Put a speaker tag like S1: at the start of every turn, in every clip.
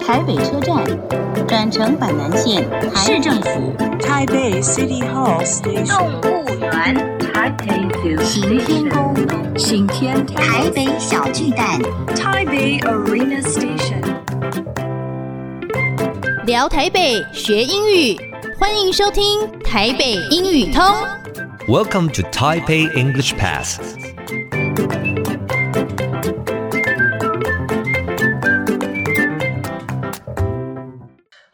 S1: 台北车站，转乘板南线台
S2: 市政府 Taipei City Hall
S3: 动
S2: Station
S3: 物园，
S1: 行天宫、
S2: 行天台
S1: 台北小巨蛋。
S2: Taipei Arena Station。
S4: 聊台北学英语，欢迎收听《台北英语通》。
S5: Welcome to Taipei English Pass.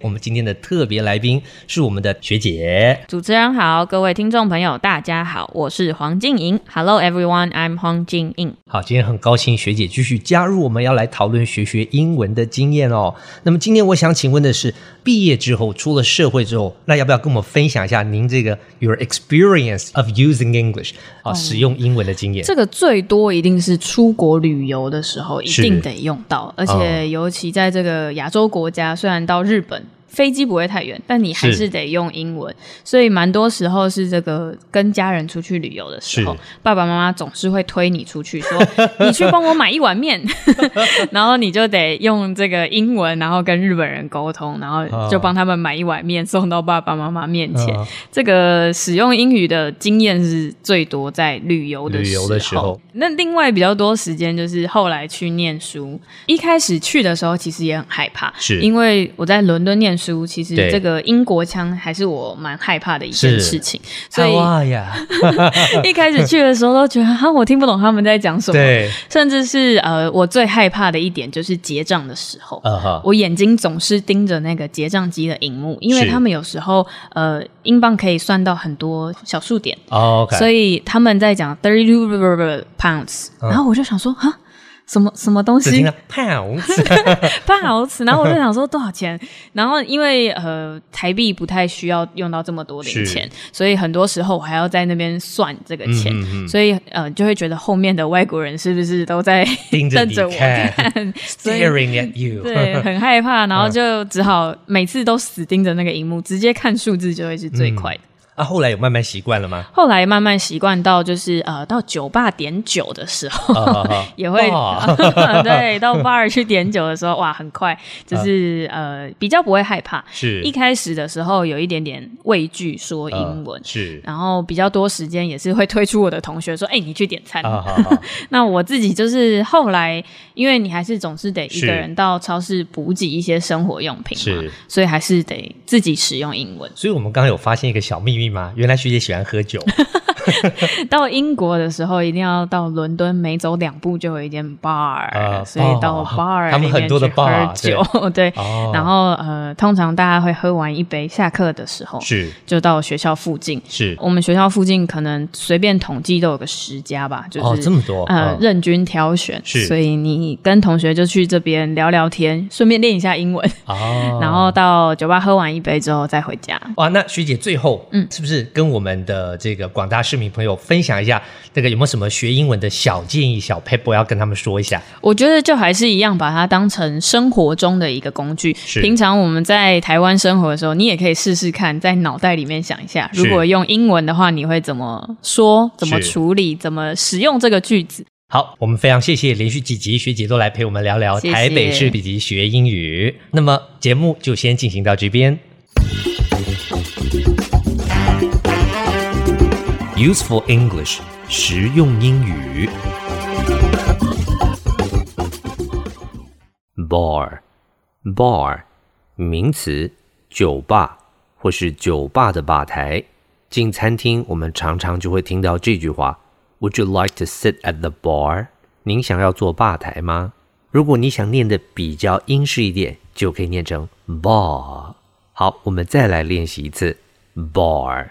S5: 我们今天的特别来宾是我们的学姐。
S6: 主持人好，各位听众朋友，大家好，我是黄静莹。Hello everyone, I'm 黄静莹。
S5: 好，今天很高兴学姐继续加入我们，要来讨论学学英文的经验哦。那么今天我想请问的是，毕业之后出了社会之后，那要不要跟我们分享一下您这个 your experience of using English 啊，使用英文的经验？
S7: 哦这个最多一定是出国旅游的时候一
S5: 是
S7: 定得用到，而
S6: 哦
S7: 且尤其在这个亚洲国家，虽然到日本。飞机不会太远，但你还
S5: 是
S7: 是得用英文，所以蛮多时候是这个跟家人出去旅游的时候
S5: 是，
S7: 爸爸妈妈总是会推你出 去，说你去帮我买一碗面，然后你就得用这个英文，然后跟日本人沟通，然
S5: 啊
S7: 后就帮他们买一碗面送到爸爸妈妈面前。
S5: 嗯
S7: 这个使用英语的经验是最多在旅游的
S5: 旅游的时候。
S7: 那另外比较多时间就是后来去念书，一开始去的时候其实也很害怕，
S5: 是
S7: 因为我在伦敦念书，其实
S5: 对
S7: 这个英国腔还是我蛮害怕的一
S5: 是
S7: 件事情，所以
S5: 哇 呀，
S7: 一开始去的时候都觉得哈、我听不懂他们在讲什么，
S5: 对，
S7: 甚至是呃，我最害怕的一点就是结账的时候，
S5: 啊哈，
S7: 我眼睛总是盯着那个结账机的荧幕，因为
S5: 是
S7: 他们有时候呃，英镑可以算到很多小数点，
S5: 哦，OK，
S7: 所
S5: 以
S7: 以他们在讲 thirty two pounds，、
S5: 嗯
S7: 然后我就想说哈。什么什么东
S5: 只听
S7: 西
S5: 到嗯 pounds，
S7: pounds？然后我就想说多少钱？然后因为呃台币不太需要用到这么多零
S5: 是
S7: 钱，所以很多时候我还要在那边算这个 钱，
S5: 嗯嗯嗯
S7: 所以呃就会觉得后面的外国人是不是都在
S5: 盯着
S7: 瞪着
S5: 你
S7: 我
S5: 看
S7: 看？ 所以
S5: ，staring at you，
S7: 对，很害怕，然
S5: 嗯
S7: 后就只好每次都死盯着那个荧幕，直接看数字就会是最快的。
S5: 啊，后来有慢慢习惯了 吗？
S7: 后来慢慢习惯到，就是呃，到酒吧点酒的时候，
S5: 啊哈哈
S7: 也会、
S5: 哇 嗯
S7: 对，到 bar 去点酒的时候，哇，很快，就是、呃，比较不会害怕。
S5: 是
S7: 一开始的时候有一点点畏惧说英
S5: 呃
S7: 文，
S5: 是
S7: 然后比较多时间也是会推出我的同学说，哎、你去点餐。
S5: 啊，好 好
S7: 那我自己就是后来，因为你还是总是得一
S5: 是
S7: 个人到超市补给一些生活用品嘛
S5: 是，
S7: 所以还是得自己使用英文。
S5: 所以我们刚刚有发现一个小秘密吗？原来学姐喜欢喝酒。
S7: 到英国的时候，一定要到伦敦，每走两步就有一间 bar，、
S5: 呃
S7: 所以
S5: bar，
S7: 到 bar
S5: 他们很多的
S7: 里面
S5: bar，
S7: 去喝酒， 对。
S5: 哦
S7: 然后呃，通常大家会喝完一杯，下课的时候
S5: 哦是
S7: 就到学校附近。
S5: 是
S7: 我们学校附近可能随便统计都有个十家吧，就是、
S5: 哦这么多
S7: 呃
S5: 嗯，
S7: 任君挑选，
S5: 是
S7: 所以你跟同学就去这边聊聊天，顺便练一下英文，
S5: 哦
S7: 然后到酒吧喝完一杯之后再回家。
S5: 哇，那学姐最后，嗯，是不是跟我们的这个广大市民朋友分享一下，这个有没有什么学英文的小建议、小 paper 要跟他们说一下？
S7: 我觉得就还是一样，把它当成生活中的一个工具。
S5: 是
S7: 平常我们在台湾生活的时候，你也可以试试看，在脑袋里面想一下，
S5: 是
S7: 如果用英文的话，你会怎么说、怎么
S5: 是
S7: 处理、怎么使用这个句子。
S5: 好，我们非常谢谢连续几集学姐都来陪我们聊聊
S7: 谢谢
S5: 台北市比及学英语。那么节目就先进行到这边。Useful English，实用英语。Bar, bar，名词，酒吧或是酒吧的吧台。进餐厅，我们常常就会听到这句话：Would you like to sit at the bar？您想要坐吧台吗？如果你想念的比较英式一点，就可以念成 bar。好，我们再来练习一次 bar。